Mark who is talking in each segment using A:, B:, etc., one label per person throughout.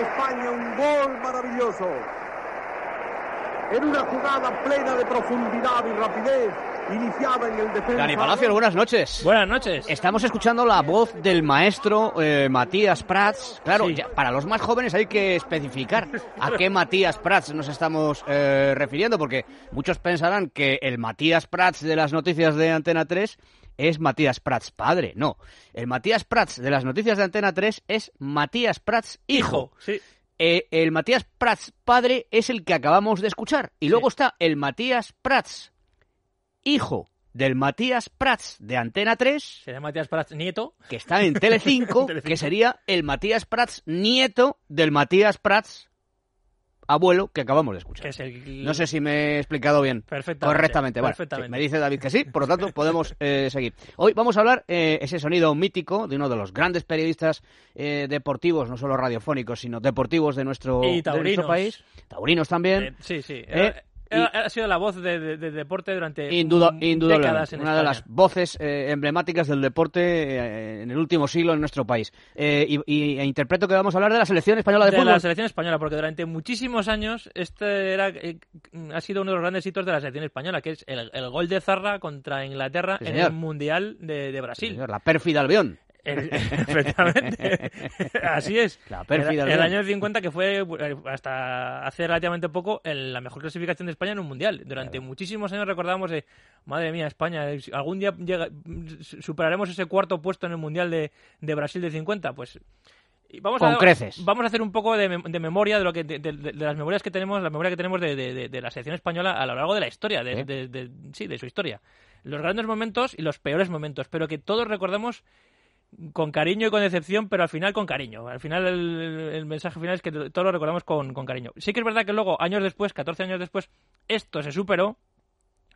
A: España un gol maravilloso. En una jugada plena de profundidad y rapidez, iniciada en el defensa.
B: Dani Palacio, buenas noches.
C: Buenas noches.
B: Estamos escuchando la voz del maestro eh, Matías Prats. Claro,
C: Sí.
B: ya- para los más jóvenes hay que especificar a qué Matías Prats nos estamos eh, refiriendo, porque muchos pensarán que el Matías Prats de las noticias de Antena 3 es Matías Prats padre. No, el Matías Prats de las noticias de Antena 3 es Matías Prats hijo.
C: Sí.
B: Eh, el Matías Prats padre es el que acabamos de escuchar. Y luego está el Matías Prats, hijo del Matías Prats de Antena 3,
C: Sería Matías Prats Nieto.
B: que está en Telecinco, que sería el Matías Prats nieto del Matías Prats abuelo que acabamos de
C: Que
B: escuchar.
C: es el...
B: No sé si me he explicado bien.
C: Perfectamente,
B: Correctamente, bueno,
C: perfectamente.
B: sí, me dice David que sí, por lo tanto podemos eh, seguir. Hoy vamos a hablar eh, ese sonido mítico de uno de los grandes periodistas eh, deportivos, no solo radiofónicos, sino deportivos de nuestro,
C: Y
B: de nuestro
C: taurinos.
B: país. Taurinos también.
C: Eh, sí, sí.
B: Eh,
C: Era- era- ha sido la voz de, de- de deporte durante
B: Induda-
C: mm, décadas
B: indudablemente,
C: en
B: una de
C: España.
B: las voces eh, emblemáticas del deporte eh, en el último siglo en nuestro país. Eh, y, y- e interpreto que vamos a hablar de la selección española de,
C: de
B: fútbol.
C: la selección española, porque durante muchísimos años este era, eh, ha sido uno de los grandes hitos de la selección española, que es el, el gol de Zarra contra Inglaterra
B: Sí,
C: en
B: señor.
C: el Mundial de, de Brasil.
B: Señor, la pérfida Albión.
C: El- Efectivamente. Así es.
B: La pérfida
C: el,
B: Albión.
C: el año 50, que fue eh, hasta hace relativamente poco el- la mejor clasificación de España en un mundial. Durante muchísimos años recordábamos de, madre mía, España, eh, si algún día llega- superaremos ese cuarto puesto en el mundial de, de Brasil de 50. Pues. y Vamos
B: Con
C: a,
B: creces.
C: Vamos a hacer un poco de, mem- de memoria de lo que de, de- de las memorias que tenemos, la memoria que tenemos de, de- de- de la selección española a lo largo de la historia, de,
B: Sí.
C: de- de- sí, de su historia. Los grandes momentos y los peores momentos, pero que todos recordamos con cariño y con decepción, pero al final con cariño. Al final el, el mensaje final es que todos lo recordamos con, con cariño. Sí que es verdad que luego, años después, 14 años después, esto se superó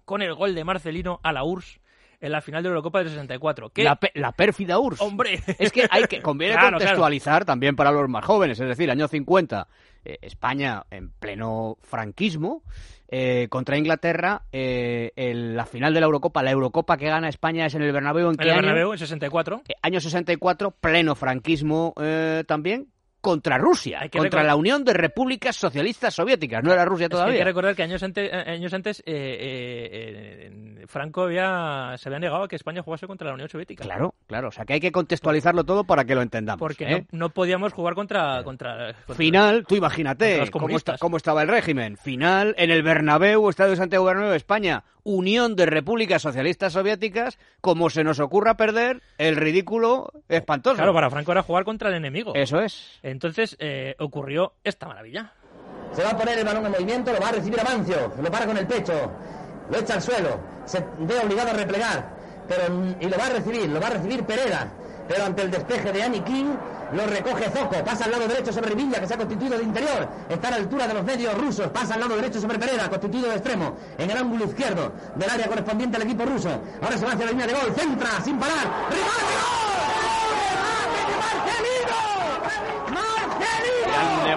C: con el gol de Marcelino a la URSS en la final de la Eurocopa del 64. ¡Qué
B: La, pe- la pérfida URSS.
C: hombre!
B: Es que hay que conviene
C: Claro,
B: contextualizar también para los más jóvenes, es decir, año 50, eh, España en pleno franquismo eh, contra Inglaterra, eh, el- la final de la Eurocopa, la Eurocopa que gana España es en el Bernabéu en
C: En
B: qué
C: el
B: año?
C: Bernabéu, en 64.
B: Eh, año 64, pleno franquismo eh, también contra Rusia,
C: Hay que
B: contra
C: recordar-
B: la Unión de Repúblicas Socialistas Soviéticas, no era Rusia
C: Es que hay
B: todavía.
C: que recordar que años antes, eh, años antes eh, eh, eh, Franco había, se había negado a que España jugase contra la Unión Soviética.
B: Claro, claro, o sea que hay que contextualizarlo todo para que lo entendamos.
C: Porque
B: ¿eh?
C: no, no podíamos jugar contra... contra, contra-
B: Final, tú
C: contra
B: imagínate
C: los
B: cómo,
C: comunistas.
B: esta- cómo estaba el régimen. Final en el Bernabéu, Estadio de Santiago Bernabéu, España. Unión de Repúblicas Socialistas Soviéticas. Como se nos ocurra perder, el ridículo espantoso.
C: Claro, para Franco era jugar contra el enemigo.
B: Eso es.
C: Entonces eh, ocurrió esta maravilla.
D: Se va a poner el balón en movimiento, lo va a recibir Amancio, lo para con el pecho, lo echa al suelo, se ve obligado a replegar, pero mm, y lo va a recibir, lo va a recibir Pereda, pero ante el despeje de Anikin lo recoge Zoco, pasa al lado derecho sobre Rivilla que se ha constituido de interior, está a la altura de los medios rusos, pasa al lado derecho sobre Pereda, constituido de extremo, en el ángulo izquierdo del área correspondiente al equipo ruso, ahora se va hacia la línea de gol, centra sin parar, ¡remate, gol! ¡Remate de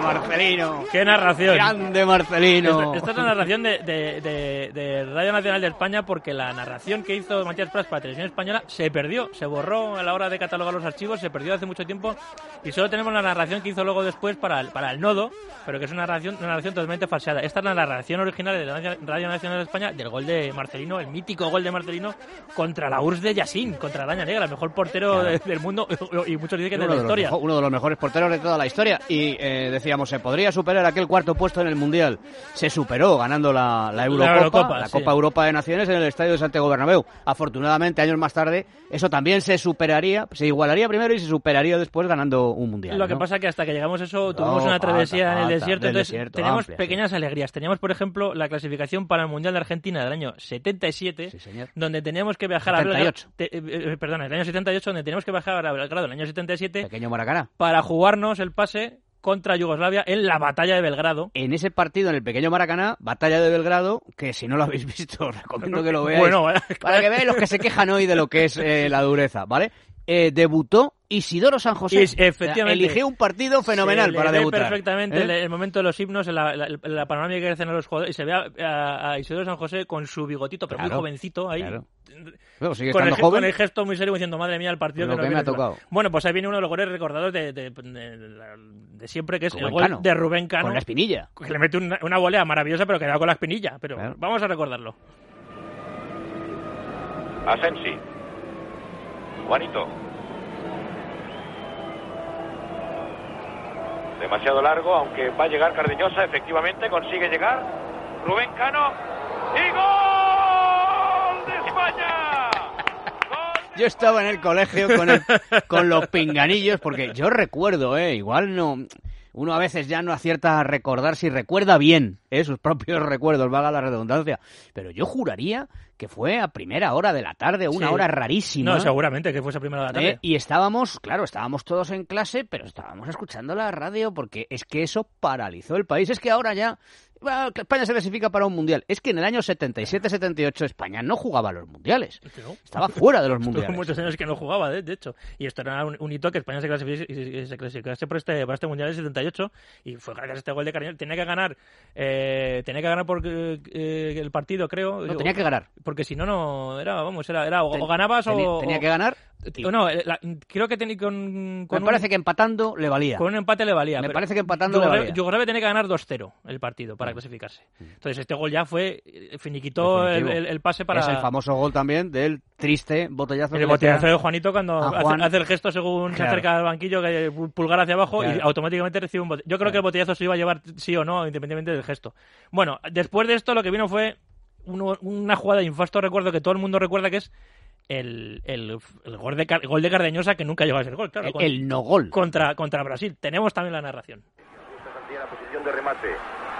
B: Grande
D: Marcelino! ¡Marcelino!
B: Marcelino.
C: ¡Qué narración!
B: Grande Marcelino.
C: Esta, esta es la narración de, de- de- de Radio Nacional de España porque la narración que hizo Matías Prats para Televisión Española se perdió, se borró a la hora de catalogar los archivos, se perdió hace mucho tiempo y solo tenemos la narración que hizo luego después para el, para el nodo, pero que es una narración, una narración totalmente falseada. Esta es la narración original de la Radio Nacional de España del gol de Marcelino, el mítico gol de Marcelino contra la URSS de Yassin, contra Araña Negra, el mejor portero de- del mundo y muchos dicen que de
B: uno,
C: la
B: de los
C: historia.
B: mejo- uno de los mejores porteros de toda la historia. Y eh, decíamos, se podría superar aquel cuarto puesto en el Mundial. Se superó ganando la, la Eurocopa, la,
C: Eurocopa, sí.
B: Copa Europa de Naciones en el Estadio de Santiago Bernabéu. Afortunadamente, años más tarde, eso también se superaría, se igualaría primero y se superaría después ganando un Mundial.
C: Lo que
B: ¿no?
C: pasa que hasta que llegamos a eso tuvimos
B: No,
C: una
B: falta,
C: travesía en el
B: falta,
C: desierto,
B: del
C: entonces
B: desierto,
C: teníamos
B: amplia, sí.
C: pequeñas alegrías. Teníamos, por ejemplo, la clasificación para el Mundial de Argentina del año 77,
B: Sí, señor.
C: donde teníamos que viajar
B: 78.
C: a Belgrado, te- eh, eh, perdón, el año 78, donde teníamos que viajar a Belgrado en el año 77
B: Pequeño Maracaná.
C: para jugarnos el pase contra Yugoslavia en la batalla de Belgrado.
B: En ese partido, en el pequeño Maracaná, batalla de Belgrado, que si no lo habéis visto, os recomiendo que lo veáis.
C: Bueno,
B: Para que veáis los que se quejan hoy de lo que es eh, la dureza, ¿vale? eh, debutó Isidoro San José.
C: Y- efectivamente.
B: eligió un partido fenomenal
C: Se
B: para
C: le ve
B: debutar.
C: perfectamente
B: ¿Eh?
C: el, el momento de los himnos, en la, la, la panorámica que hacen a los jugadores. Y se ve a, a- a Isidoro San José con su bigotito, pero muy
B: Claro,
C: jovencito ahí.
B: claro. Bueno, sigue
C: Con el,
B: estando
C: ge-
B: joven.
C: con el gesto muy serio diciendo, madre mía, el partido
B: Lo
C: que, nos
B: que me
C: viene
B: ha tocado.
C: encima". Bueno, pues ahí viene uno de los goles recordados de, de- de- de siempre, que es
B: Rubén
C: el gol
B: Cano.
C: de Rubén Cano.
B: Con la espinilla.
C: que le mete una, una volea maravillosa, pero que da con la espinilla. Pero
B: Claro.
C: vamos a recordarlo.
E: Asensi. Juanito. Demasiado largo, aunque va a llegar Cardeñosa, efectivamente consigue llegar. Rubén Cano. ¡Y gol de España! ¡Gol de
B: Yo estaba en el colegio con, el- con los pinganillos, porque yo recuerdo, ¿eh? Igual no. Uno a veces ya no acierta a recordar si recuerda bien ¿eh? sus propios recuerdos, valga la redundancia. Pero yo juraría que fue a primera hora de la tarde, una
C: Sí.
B: hora rarísima.
C: No, seguramente que fuese primero de la tarde.
B: ¿eh? Y estábamos, claro, estábamos todos en clase, pero estábamos escuchando la radio porque es que eso paralizó el país. Es que ahora ya bah, que España se clasifica para un mundial. Es que en el año 77-78 España no jugaba a los mundiales.
C: Es que Este, no.
B: Estaba fuera de los
C: Tuvo
B: mundiales.
C: muchos años que no jugaba, de, de hecho. Y esto era un, un hito que España se clasificase, y se clasificase por este, para este Mundial del 78. Y fue gracias a este gol de Carriño. Tenía que ganar, eh, tenía que ganar por eh, eh, el partido, creo.
B: No, tenía que ganar.
C: Porque si no, no era, vamos, era, era o,
B: Ten-
C: o ganabas
B: tenía,
C: o...
B: tenía
C: o-
B: que ganar. y
C: o no, eh, la- creo que tenía con,
B: me
C: con un-
B: parece que empatando le valía.
C: con un empate le valía.
B: me
C: pero-
B: parece que empatando le valía. Mm.
C: Yugoslavia Yugoslavia tenía que ganar 2-0 el partido para clasificarse. Entonces este gol ya fue, eh, finiquitó el,
B: Definitivo.
C: el- el pase para
B: Es el famoso gol también del triste botellazo. que
C: el
B: le
C: botellazo
B: pegan.
C: de Juanito cuando
B: A
C: hace-
B: Juan.
C: hace, el gesto según se
B: Claro.
C: acerca al banquillo, que eh, pulgar hacia abajo y
B: Claro.
C: automáticamente recibe un botellazo. Yo creo que el botellazo se iba a llevar sí o no, independientemente del gesto. Bueno, después de esto lo que vino fue uno- una jugada de infasto recuerdo que todo el mundo recuerda que es el, el- el gol, de, Car- gol de Cardeñosa que nunca llegó a ser gol, claro.
B: El,
C: con-
B: el no gol.
C: contra, contra Brasil. Tenemos también la narración.
E: Santillana, posición de remate.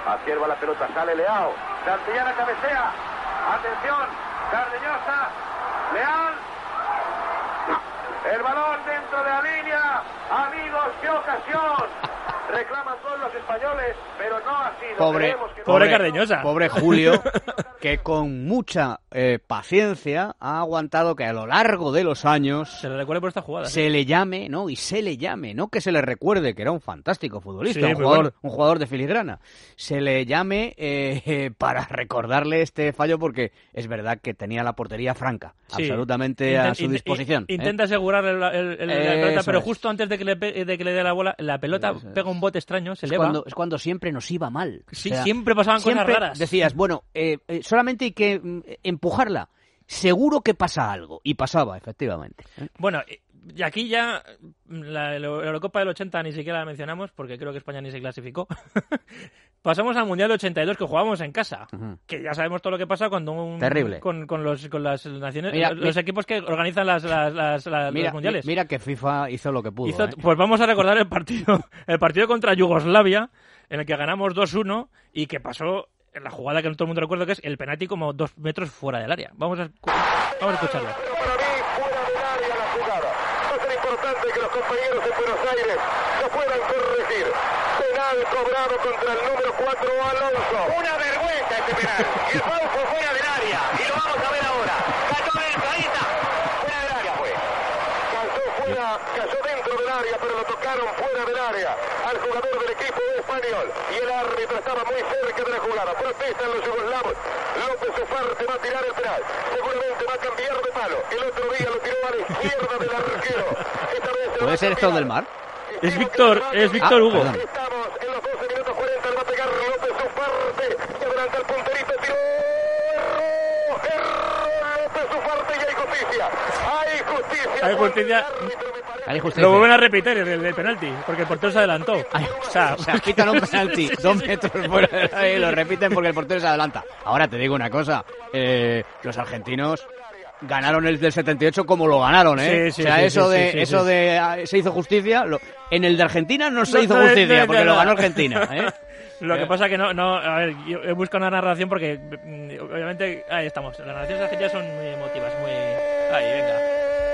E: Acierva la pelota, sale Leao. Santillana cabecea. Atención, Cardeñosa. Leal. El balón dentro de la línea. Amigos, qué ocasión. Reclaman todos los españoles, pero no así. Lo
B: Pobre,
E: tenemos que-
C: Pobre Cardeñosa.
B: Pobre Julio, que con mucha eh, paciencia ha aguantado que a lo largo de los años
C: Se le recuerda por esta jugada. sí.
B: se le llame, ¿no? Y se le llame, no que se le recuerde que era un fantástico futbolista,
C: Sí,
B: un,
C: muy
B: jugador,
C: bueno.
B: un jugador de filigrana. Se le llame eh, eh, para recordarle este fallo porque es verdad que tenía la portería franca,
C: Sí.
B: absolutamente
C: Inten-
B: a su
C: in-
B: disposición.
C: in-
B: ¿eh?
C: Intenta asegurar el, el- el- la pelota,
B: Eso
C: pero
B: es.
C: justo antes de que le, pe- de que le dé la bola, la pelota
B: Eso es.
C: pega un bote extraño, se
B: Es
C: eleva.
B: cuando, es cuando siempre nos iba mal.
C: Sí, siempre pasaban cosas
B: siempre
C: raras.
B: Decías, bueno, eh, eh, solamente hay que mm, empujarla. Seguro que pasa algo. Y pasaba, efectivamente. ¿eh?
C: Bueno, eh, y aquí ya mm, la, la Eurocopa del 80 ni siquiera la mencionamos porque creo que España ni se clasificó. Pasamos al Mundial del 82 que jugábamos en casa,
B: Ujú.
C: que ya sabemos todo lo que pasa cuando un
B: Terrible.
C: con, con los con las naciones
B: Mira,
C: los
B: mi-
C: equipos que organizan las, las- las- las-
B: Mira,
C: los mundiales.
B: mira que FIFA hizo lo que pudo.
C: Hizo-
B: ¿eh?
C: Pues vamos a recordar el partido, el partido contra Yugoslavia, en el que ganamos 2-1 y que pasó en la jugada que no todo el mundo recuerda, que es el penalti como dos metros fuera del área. Vamos a, escu- vamos a escucharlo.
E: Para mí, fuera del área la jugada. Va a ser importante que los compañeros de Buenos Aires se puedan corregir. Penal cobrado contra el número 4 Alonso. Una vergüenza este penal. El foul fue fuera del área. Y lo vamos a ver ahora. Cayó dentro, ahí está. Fuera del área fue. Cayó fuera, cayó dentro del área, pero lo tocaron fuera del área al jugador del equipo español. Y el árbitro estaba muy cerca de la jugada. Protestan los yugoslavos. López Ufarte va a tirar el penal. Seguramente va a cambiar de palo. El otro día lo tiró a la izquierda del arquero. Esta vez se lo va
B: ¿Puede
E: a
B: ser esto
E: cambiar.
B: del mar?
C: Es Víctor, es Víctor
B: Ah,
C: Hugo.
B: perdón.
E: Estamos en los 12 minutos 40, le va a pegar López su parte, se adelanta el punterito, tiró, erró, erró López su parte y hay justicia, hay justicia.
C: Hay justicia.
E: Gol del árbitro, me parece.
B: Ahí justicia.
C: Lo vuelven a repetir el, el penalti, porque el portero se adelantó.
B: Ay,
C: O sea,
B: o sea, quitan un penalti
C: Sí, sí,
B: dos
C: sí.
B: metros fuera del área y lo repiten porque el portero se adelanta. Ahora te digo una cosa, eh, los argentinos ganaron el del 78 como lo ganaron, ¿eh?
C: Sí, sí,
B: o sea,
C: sí,
B: eso
C: sí,
B: de
C: sí, sí,
B: eso
C: sí.
B: de ah, se hizo justicia, lo- en el de Argentina no se
C: No,
B: hizo
C: no, no,
B: justicia
C: no,
B: porque
C: no.
B: lo ganó Argentina, ¿eh?
C: Lo que
B: Eh.
C: pasa que no, no, a ver, yo he buscado una narración porque, mm, obviamente, ahí estamos. Las narraciones argentinas son muy emotivas, muy. Ahí, venga.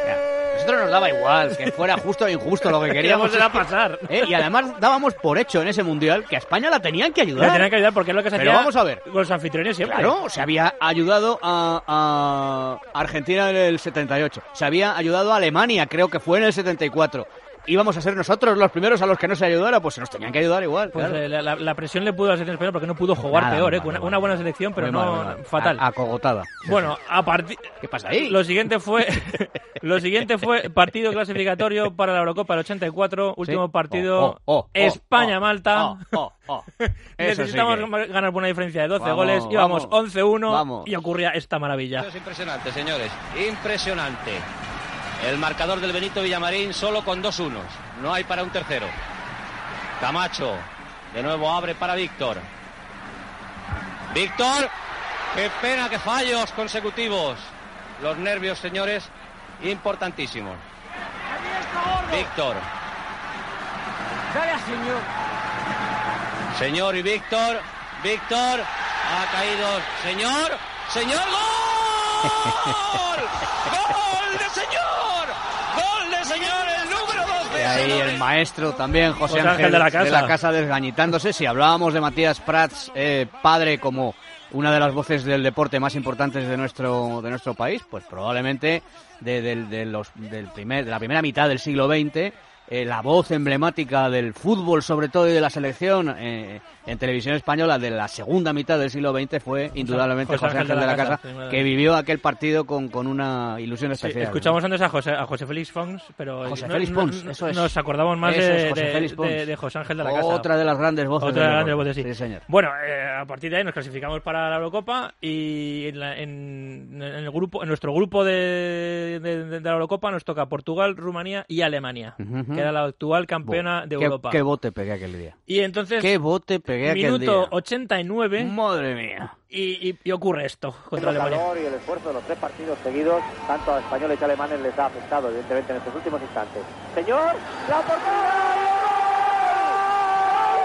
B: Ya. Nosotros nos daba igual, que fuera justo o injusto lo que queríamos.
C: era pasar.
B: ¿Eh? Y además dábamos por hecho en ese mundial que a España la tenían que ayudar.
C: Le tenían que ayudar porque es lo que se
B: Pero
C: hacía
B: vamos a ver.
C: con los anfitriones siempre.
B: Claro, se había ayudado a, a Argentina en el 78, se había ayudado a Alemania, creo que fue en el 74. Íbamos a ser nosotros los primeros a los que no se ayudara, pues se nos tenían que ayudar igual.
C: Pues
B: claro. Pues
C: eh, la, la- la presión le pudo a la selección española porque no pudo jugar
B: Nada,
C: peor,
B: muy
C: ¿eh?
B: mal, muy
C: Una, una
B: mal.
C: buena selección, pero
B: Muy
C: no
B: mal, muy mal.
C: fatal.
B: A- acogotada.
C: Bueno, a partir.
B: ¿Qué pasa ahí?
C: Lo siguiente fue. lo siguiente fue partido clasificatorio para la Eurocopa del 84. Último
B: Sí.
C: partido.
B: Oh, oh, oh,
C: España-Malta.
B: oh, oh, oh. Eso sí
C: Necesitamos
B: que-
C: ganar por una diferencia de 12
B: Vamos,
C: goles. Íbamos
B: vamos.
C: 11-1.
B: Vamos.
C: Y ocurría esta maravilla.
F: Esto es impresionante, señores. Impresionante. El marcador del Benito Villamarín solo con dos unos. No hay para un tercero. Camacho. De nuevo abre para Víctor. Víctor. Qué pena, qué fallos consecutivos. Los nervios, señores, importantísimos. Víctor. Señor y Víctor, Víctor, ha caído. Señor, señor, gol. Gol de señor. Gol de señor, el número 12.
B: Y ahí el maestro también, José,
C: José Ángel de la Casa.
B: desgañitándose. Si hablábamos de Matías Prats, eh, padre, como una de las voces del deporte más importantes de nuestro, de nuestro país, pues probablemente de, del- de los, del primer, de la primera mitad del siglo XX, eh, la voz emblemática del fútbol, sobre todo, y de la selección eh, en televisión española de la segunda mitad del siglo XX fue indudablemente José, Ángel de la Casa,
C: sí,
B: que vivió aquel partido con, con una ilusión
C: Sí,
B: especial. ¿no?
C: escuchamos antes a José, a José Félix Fons, pero
B: José
C: no-
B: Félix
C: no-
B: Pons,
C: no-
B: eso es.
C: nos acordamos más
B: Eso es,
C: de,
B: José
C: de-
B: Félix Pons.
C: de- de José Ángel de la Casa.
B: Otra de las grandes voces.
C: Otra
B: del
C: grande
B: deporte.
C: voz, sí.
B: señor.
C: Bueno, eh, a partir de ahí nos clasificamos para la Eurocopa y en, la- en- en el grupo, en nuestro grupo de, de- de- de la Eurocopa nos toca Portugal, Rumanía y Alemania,
B: Ujú.
C: que era la actual campeona
B: Buah,
C: de
B: qué-
C: Europa.
B: Qué bote pegué aquel día.
C: y entonces,
B: Qué bote pegué aquel día. Mm.
C: minuto
B: ¿eh?
C: 89
B: Madre mía.
C: y, y- y ocurre esto contra
G: El
C: Alemania.
G: calor y el esfuerzo de los tres partidos seguidos, tanto a españoles y alemanes les ha afectado, evidentemente, en estos últimos instantes. Señor, la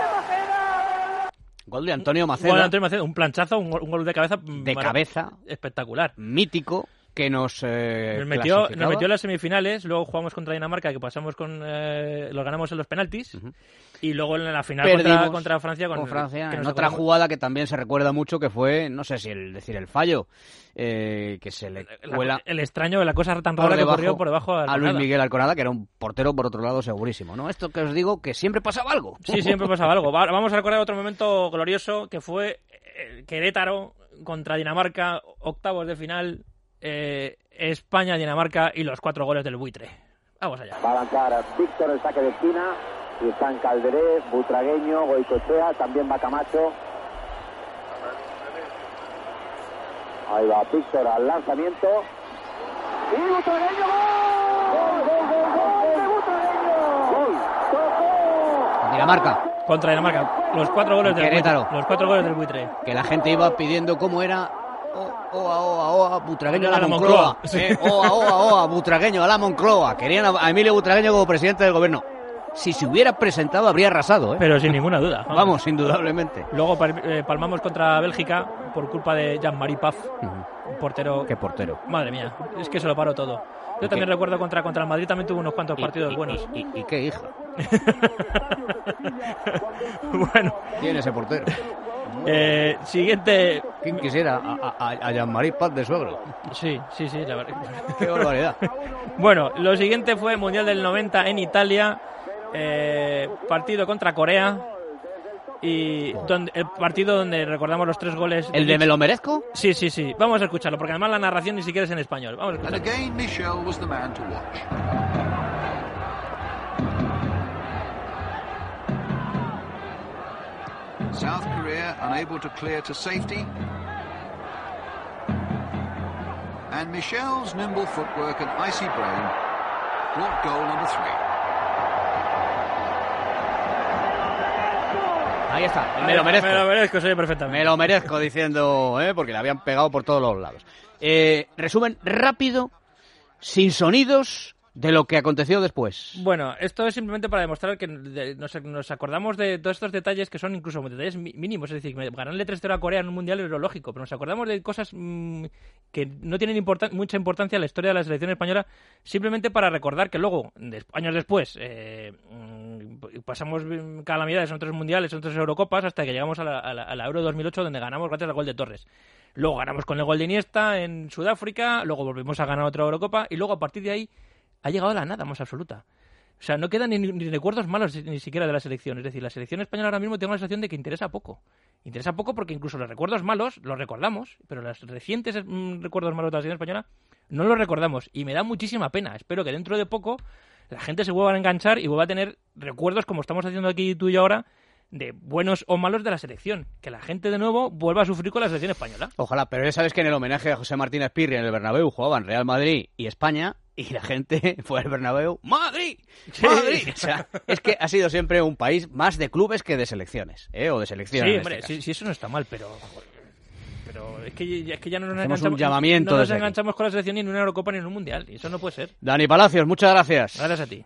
G: portada.
B: Gol de Antonio Maceda.
C: Gol de Antonio Macedo, un planchazo, un gol, un gol de cabeza.
B: de
C: mara-
B: cabeza,
C: Espectacular.
B: mítico, que nos. eh,
C: Nos metió, nos
B: clasificaba.
C: metió en las semifinales, luego jugamos contra Dinamarca, que pasamos con. Eh, los ganamos en los penaltis. Y luego en la final
B: Perdimos
C: contra, contra Francia. Con,
B: con Francia
C: que
B: en
C: nos
B: otra
C: acordamos-
B: jugada que también se recuerda mucho que fue no sé si el decir el fallo eh, que se le
C: la-
B: cuela
C: el extraño, la cosa tan
B: por
C: rara que
B: debajo
C: ocurrió por debajo a
B: a Luis Miguel Alconada que era un portero por otro lado segurísimo no esto que os digo que siempre pasaba algo
C: Sí, siempre pasaba algo. Va- Vamos a recordar otro momento glorioso que fue eh, Querétaro contra Dinamarca, octavos de final, eh, España-Dinamarca y los cuatro goles del buitre. Vamos allá.
G: Va a lanzar Víctor el saque de esquina. Y están Calderé, Butragueño, Goicochea, también va Camacho. Ahí va Víctor al lanzamiento. ¡Y Butragueño, gol! ¡Gol, gol, gol, gol! de Butragueño! ¡Gol! ¡Tocó!
B: Dinamarca
C: Contra Dinamarca, los cuatro goles del
B: Querétaro.
C: buitre. Los cuatro goles del buitre.
B: que la gente iba pidiendo cómo era "Oh, ah, o- oa oa oa oh, butragueño a
C: A
B: la
C: la
B: Moncloa
C: Moncloa.
B: Eh, oa oa oa butragueño a la Moncloa querían a a Emilio Butragueño como presidente del gobierno si se hubiera presentado habría arrasado ¿eh?
C: Pero sin ninguna duda. vamos.
B: vamos indudablemente
C: Luego pal- eh, palmamos contra Bélgica por culpa de Jean-Marie Paf,
B: Ujú.
C: un portero.
B: qué portero
C: Madre mía, es que se lo paró todo.
B: ¿Y
C: Yo también
B: qué?
C: recuerdo contra, contra el Madrid, también tuvo unos cuantos
B: Y-
C: partidos
B: y-
C: buenos.
B: y, y qué hija
C: bueno,
B: tiene ese portero
C: eh, siguiente.
B: quién quisiera a, a, a Jean-Marie Paz de suegro
C: Sí, sí, sí, la verdad.
B: qué barbaridad
C: Bueno, lo siguiente fue Mundial del 90 en Italia, eh, partido contra Corea. Y donde- el partido donde recordamos los tres goles.
B: el de me
C: Mitch-
B: lo merezco
C: Sí, sí, sí. Vamos a escucharlo, porque además la narración ni siquiera es en español. Vamos a
H: And
C: escucharlo.
H: again, Michel was the man to watch. South Korea unable to clear to safety. And Michel's nimble footwork and icy brain brought goal number three.
B: ahí está el me lo merezco
C: Me lo merezco, soy perfectamente.
B: Me lo merezco diciendo, ¿eh? porque le habían pegado por todos los lados. Eh, resumen rápido, sin sonidos, de lo que aconteció después.
C: Bueno, esto es simplemente para demostrar que de- nos, nos acordamos de todos estos detalles que son incluso detalles mi- mínimos. Es decir, ganarle 3-0 a Corea en un mundial es lo lógico, pero nos acordamos de cosas mm, que no tienen importan- mucha importancia en la historia de la selección española, simplemente para recordar que luego, des- años después, eh, mm, pasamos mm, calamidades en otros mundiales, en otras Eurocopas, hasta que llegamos a la, a la- a la Euro 2008, donde ganamos gracias al gol de Torres. Luego ganamos con el gol de Iniesta en Sudáfrica, luego volvimos a ganar otra Eurocopa, y luego a partir de ahí ha llegado a la nada más absoluta. O sea, no quedan ni, ni recuerdos malos ni siquiera de la selección. Es decir, la selección española ahora mismo tengo la sensación de que interesa poco. Interesa poco porque incluso los recuerdos malos los recordamos, pero los recientes mm, recuerdos malos de la selección española no los recordamos. Y me da muchísima pena. Espero que dentro de poco la gente se vuelva a enganchar y vuelva a tener recuerdos como estamos haciendo aquí tú y yo ahora de buenos o malos de la selección. Que la gente de nuevo vuelva a sufrir con la selección española.
B: Ojalá, pero ya sabes que en el homenaje a José Martínez Pirri en el Bernabéu jugaban Real Madrid y España y la gente fue al Bernabéu ¡Madrid! ¡Madrid! O sea, es que ha sido siempre un país más de clubes que de selecciones, ¿eh? O de
C: Sí,
B: selecciones. en este
C: hombre,
B: caso.
C: sí, sí, eso no está mal, pero. joder, Pero es que, es que ya no nos
B: Hacemos un
C: enganchamos,
B: llamamiento
C: no nos
B: desde aquí.
C: enganchamos con la selección ni en una Eurocopa ni en un Mundial. Y eso no puede ser.
B: Dani Palacios, muchas gracias.
C: Gracias a ti.